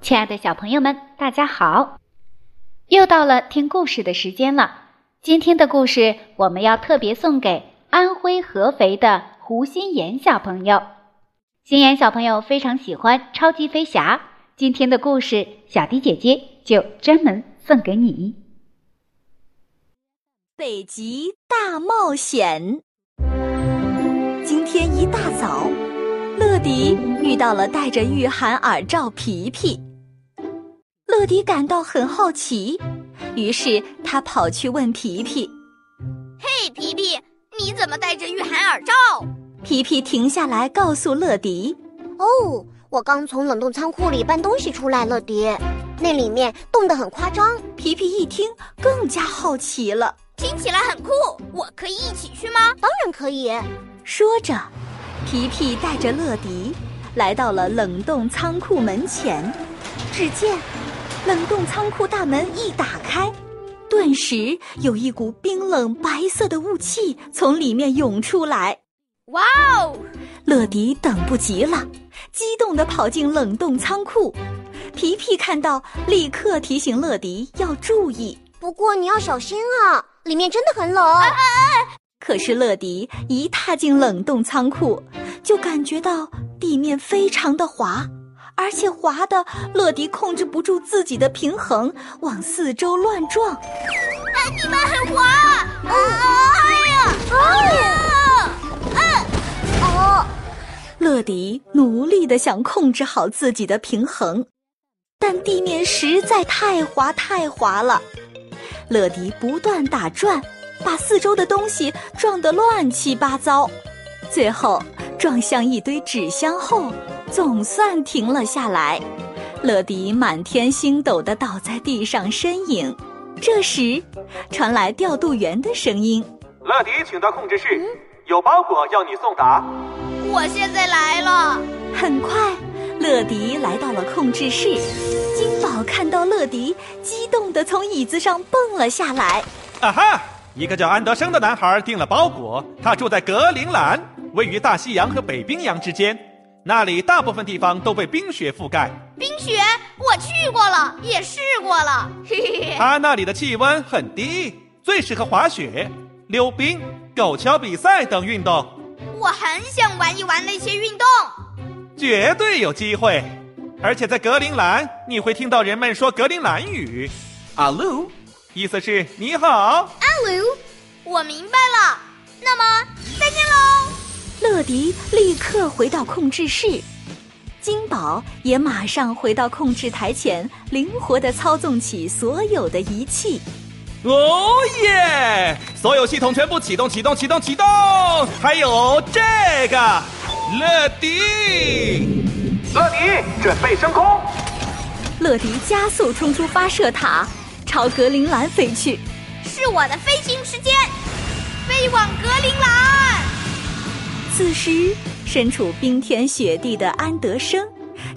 亲爱的小朋友们，大家好！又到了听故事的时间了。今天的故事我们要特别送给安徽合肥的胡心妍小朋友。心妍小朋友非常喜欢超级飞侠，今天的故事小迪姐姐就专门送给你。北极大冒险。今天一大早，乐迪遇到了戴着御寒耳罩皮皮。乐迪感到很好奇，于是他跑去问皮皮。嘿，皮皮，你怎么戴着御寒耳罩？皮皮停下来告诉乐迪，哦，我刚从冷冻仓库里搬东西出来了，迪，那里面冻得很夸张。皮皮一听更加好奇了。听起来很酷，我可以一起去吗？当然可以，说着，皮皮带着乐迪来到了冷冻仓库门前。只见冷冻仓库大门一打开，顿时有一股冰冷白色的雾气从里面涌出来。哇哦！乐迪等不及了，激动地跑进冷冻仓库。皮皮看到，立刻提醒乐迪要注意。不过你要小心啊，里面真的很冷。啊可是乐迪一踏进冷冻仓库，就感觉到地面非常的滑，而且滑的乐迪控制不住自己的平衡，往四周乱撞。啊，地板很滑！哦啊，哎呀，哎呀，嗯，哦，乐迪努力的想控制好自己的平衡，但地面实在太滑太滑了。乐迪不断打转，把四周的东西撞得乱七八糟，最后撞向一堆纸箱后，总算停了下来。乐迪满天星斗的倒在地上呻吟。这时，传来调度员的声音乐迪，请到控制室，有包裹要你送达。我现在来了。：“很快，乐迪来到了控制室。”金宝看到乐迪，激动地从椅子上蹦了下来。啊哈！一个叫安德生的男孩订了包裹，他住在格陵兰，位于大西洋和北冰洋之间，那里大部分地方都被冰雪覆盖。冰雪我去过了，也试过了，嘿嘿嘿。他那里的气温很低，最适合滑雪、溜冰、狗桥比赛等运动，我很想玩一玩那些运动。绝对有机会。而且在格陵兰，你会听到人们说格陵兰语阿鲁”，意思是你好。阿鲁，我明白了。那么再见喽。乐迪立刻回到控制室，金宝也马上回到控制台前，灵活地操纵起所有的仪器。哦耶！所有系统全部启动，启动，启动，启动！还有这个，乐迪，乐迪，准备升空。乐迪加速冲出发射塔，朝格陵兰飞去。是我的飞行时间，飞往格陵兰。此时，身处冰天雪地的安德生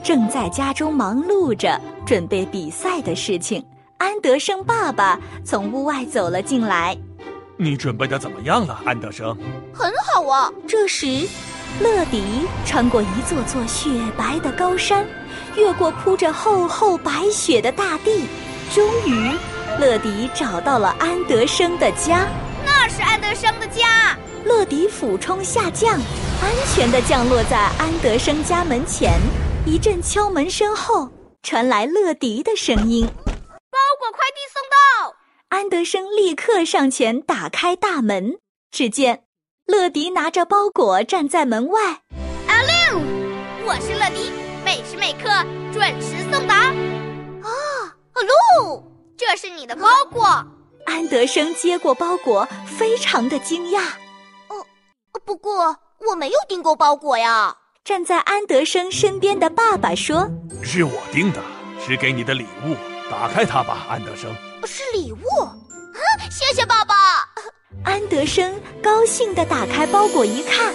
正在家中忙碌着准备比赛的事情。安德生爸爸从屋外走了进来。你准备的怎么样了，安德生？很好啊，这时，乐迪穿过一座座雪白的高山，越过铺着厚厚白雪的大地，终于，乐迪找到了安德生的家。那是安德生的家。乐迪俯冲下降，安全地降落在安德生家门前。一阵敲门声后，传来乐迪的声音。包裹快递送到，安德生立刻上前打开大门，只见乐迪拿着包裹站在门外。阿六，我是乐迪，每时每刻准时送达。啊哦喽，这是你的包裹，安德生接过包裹，非常的惊讶。不过我没有订购包裹呀。站在安德生身边的爸爸说是我订的，是给你的礼物，打开它吧，安德生。是礼物，啊谢谢爸爸。：“安德生高兴地打开包裹一看，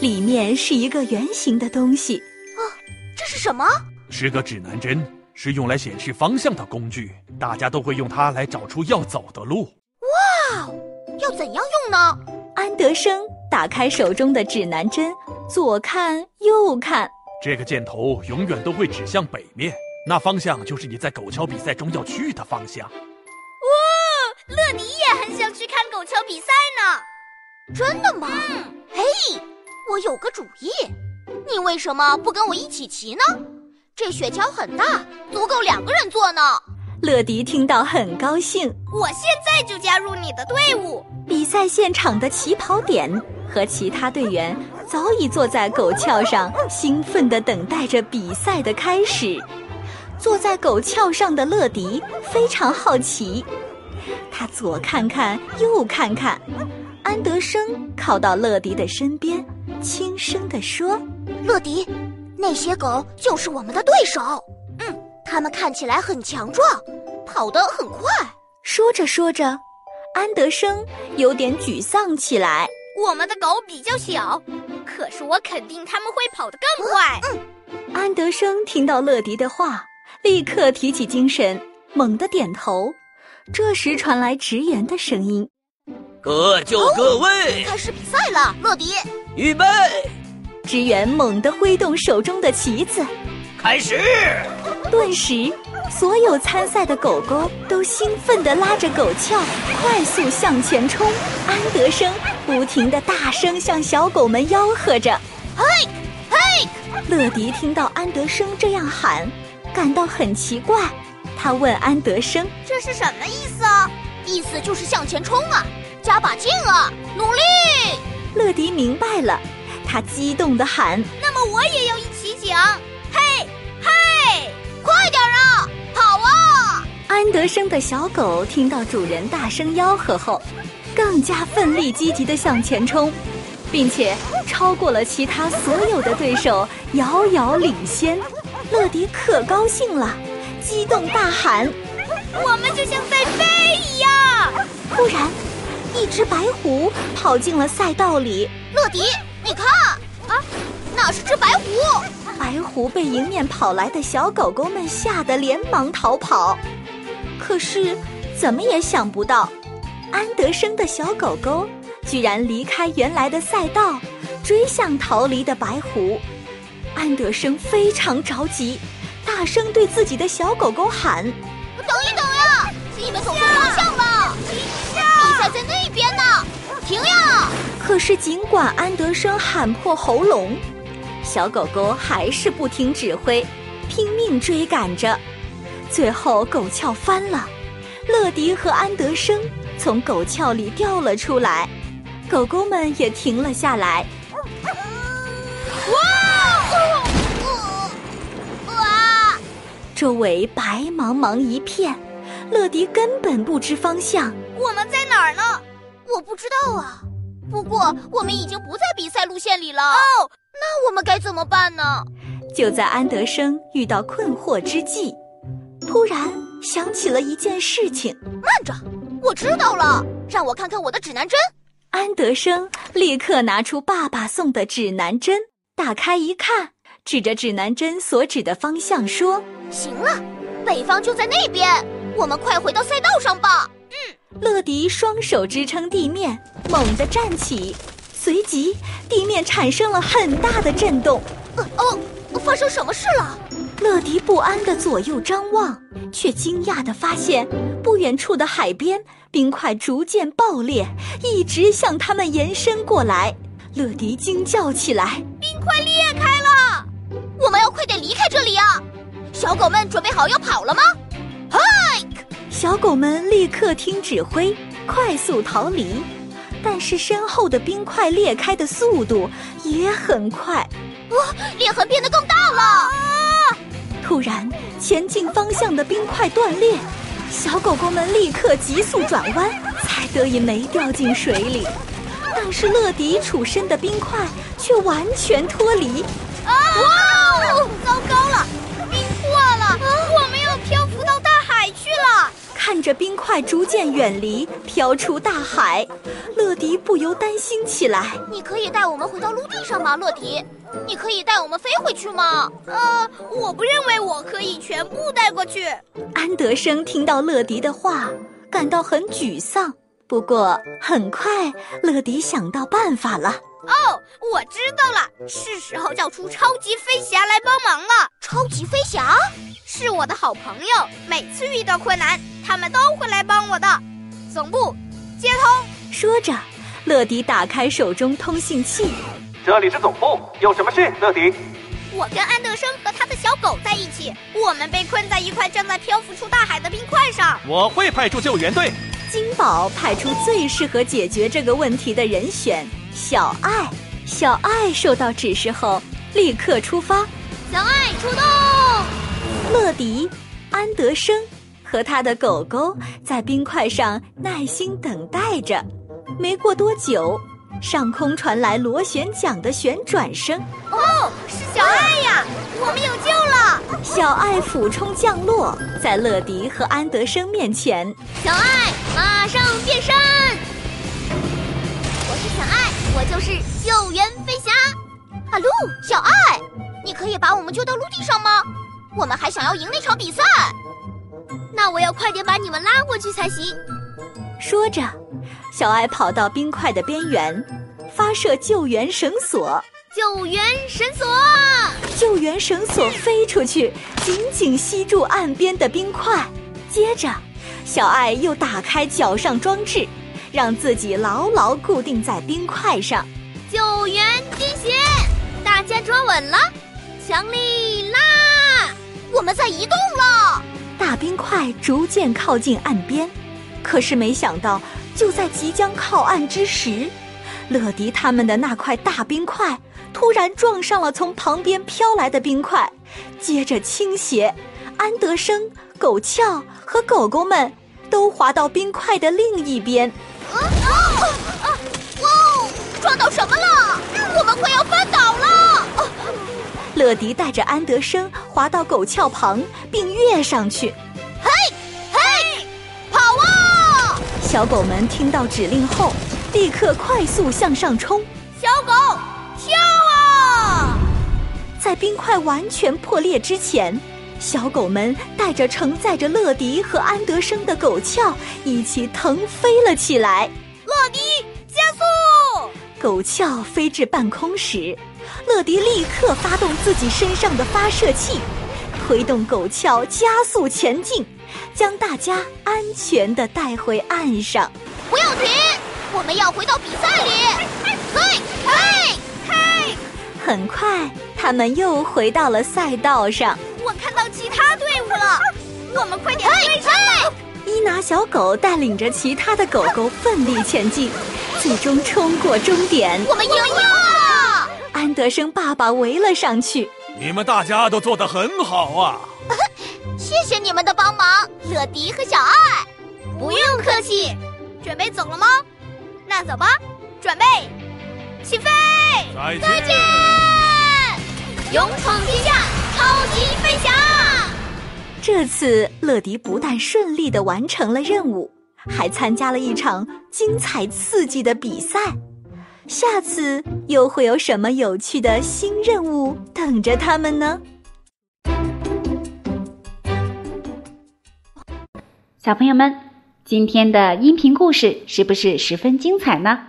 里面是一个圆形的东西。这是什么？是个指南针，是用来显示方向的工具，大家都会用它来找出要走的路。要怎样用呢？”安德生打开手中的指南针，左看右看，这个箭头永远都会指向北面，那方向就是你在狗桥比赛中要去的方向。乐迪也很想去看狗桥比赛呢。嗯真的吗？嘿，我有个主意，你为什么不跟我一起骑呢？这雪橇很大，足够两个人坐呢。乐迪听到很高兴。我现在就加入你的队伍。比赛现场的起跑点和其他队员早已坐在狗壳上，兴奋地等待着比赛的开始。坐在狗壳上的乐迪非常好奇，他左看看，右看看。安德生靠到乐迪的身边，轻声地说乐迪，那些狗就是我们的对手。嗯，它们看起来很强壮，跑得很快。：“说着说着，安德生有点沮丧起来。我们的狗比较小，可是我肯定他们会跑得更快。安德生听到乐迪的话，立刻提起精神，猛地点头。这时传来直言的声音各就各嗯位，开始比赛了，乐迪，预备，，直言猛地挥动手中的旗子，开始！顿时，所有参赛的狗狗都兴奋地拉着狗壳，快速向前冲。安德生不停地大声向小狗们吆喝着：“嘿，嘿！”乐迪听到安德生这样喊，感到很奇怪。他问安德生这是什么意思啊？意思就是向前冲啊，加把劲啊，努力！：“乐迪明白了。”他激动地喊那么我也要一起讲。嘿，嘿，快点啊，跑啊！：“安德生的小狗听到主人大声吆喝后，更加奋力积极地向前冲，并且超过了其他所有的对手，遥遥领先。乐迪可高兴了，激动大喊。我们就像在飞一样。忽然，一只白狐跑进了赛道里，乐迪，你看啊，那是只白狐。白狐被迎面跑来的小狗狗们吓得连忙逃跑，可是怎么也想不到，安德生的小狗狗居然离开原来的赛道，追向逃离的白狐。安德生非常着急，大声对自己的小狗狗喊等一等呀，你们走错方向了，比赛在那边呢，停呀！：“可是尽管安德生喊破喉咙，小狗狗还是不听指挥，拼命追赶着。最后狗壳翻了，乐迪和安德生从狗壳里掉了出来，狗狗们也停了下来。哇，周围白茫茫一片，乐迪根本不知方向。我们在哪儿呢？我不知道啊。不过我们已经不在比赛路线里了。哦，那我们该怎么办呢？就在安德生遇到困惑之际，突然想起了一件事情。慢着，我知道了，让我看看我的指南针。安德生立刻拿出爸爸送的指南针，打开一看，指着指南针所指的方向说行了，北方就在那边，我们快回到赛道上吧。：“乐迪双手支撑地面，猛地站起，随即地面产生了很大的震动。呃哦，发生什么事了？乐迪不安地左右张望，却惊讶地发现，不远处的海边冰块逐渐爆裂，一直向他们延伸过来。乐迪惊叫起来。”快裂开了！我们要快点离开这里啊！小狗们准备好要跑了吗？小狗们立刻听指挥，快速逃离。但是身后的冰块裂开的速度也很快。裂痕变得更大了。突然，前进方向的冰块断裂，小狗狗们立刻急速转弯，才得以没掉进水里。但是乐迪处身的冰块却完全脱离，哇哦！啊糟糕了，冰破了，我们要漂浮到大海去了。看着冰块逐渐远离，飘出大海，乐迪不由担心起来。你可以带我们回到陆地上吗，乐迪？你可以带我们飞回去吗？呃，我不认为我可以全部带过去。安德生听到乐迪的话，感到很沮丧，不过很快，乐迪想到办法了。我知道了，是时候叫出超级飞侠来帮忙了。超级飞侠，是我的好朋友，每次遇到困难，他们都会来帮我的。总部接通，说着，乐迪打开手中通信器，这里是总部，有什么事，乐迪？我跟安德生和他的小狗在一起，我们被困在一块正在漂浮出大海的冰块上。我会派出救援队。金宝派出最适合解决这个问题的人选——小爱。小爱收到指示后，立刻出发。小爱出动，乐迪、安德生和他的狗狗在冰块上耐心等待着。没过多久，上空传来螺旋桨的旋转声，是小爱呀，我们有救了！小爱俯冲降落在乐迪和安德生面前。小爱马上变身，我是小爱，我就是救援飞侠。啊阿路，小爱，你可以把我们救到陆地上吗？我们还想要赢那场比赛。那我要快点把你们拉过去才行。说着，小爱跑到冰块的边缘，发射救援绳索。救援绳索，救援绳索飞出去，紧紧吸住岸边的冰块。接着，小爱又打开脚上装置，让自己牢牢固定在冰块上。救援钉鞋，大家抓稳了，强力拉！我们在移动了，大冰块逐渐靠近岸边，可是没想到，就在即将靠岸之时，乐迪他们的那块大冰块突然撞上了从旁边飘来的冰块，接着倾斜，安德生、狗俏和狗狗们都滑到冰块的另一边。撞到什么了？我们快要翻倒了！乐迪带着安德生滑到狗壳旁，并跃上去。跑啊！小狗们听到指令后，立刻快速向上冲。小狗跳啊！在冰块完全破裂之前，小狗们带着承载着乐迪和安德生的狗壳一起腾飞了起来。乐迪加速！狗壳飞至半空时，乐迪立刻发动自己身上的发射器，推动狗壳加速前进，将大家安全地带回岸上。不要停，我们要回到比赛里。嘿，嘿，很快，他们又回到了赛道上。我看到其他队伍了，我们快点追上来！伊拿小狗带领着其他的狗狗奋力前进，最终冲过终点。我们赢了！安德生爸爸围了上去，你们大家都做得很好啊！谢谢你们的帮忙，乐迪和小爱。不用客气，准备走了吗？那走吧，准备起飞！再见。再见！勇闯天下，超级飞侠！这次乐迪不但顺利地完成了任务，还参加了一场精彩刺激的比赛。下次又会有什么有趣的新任务等着他们呢？小朋友们，今天的音频故事是不是十分精彩呢？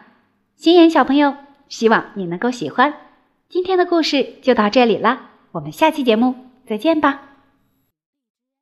心妍小朋友，希望你能够喜欢。今天的故事就到这里啦，我们下期节目再见吧。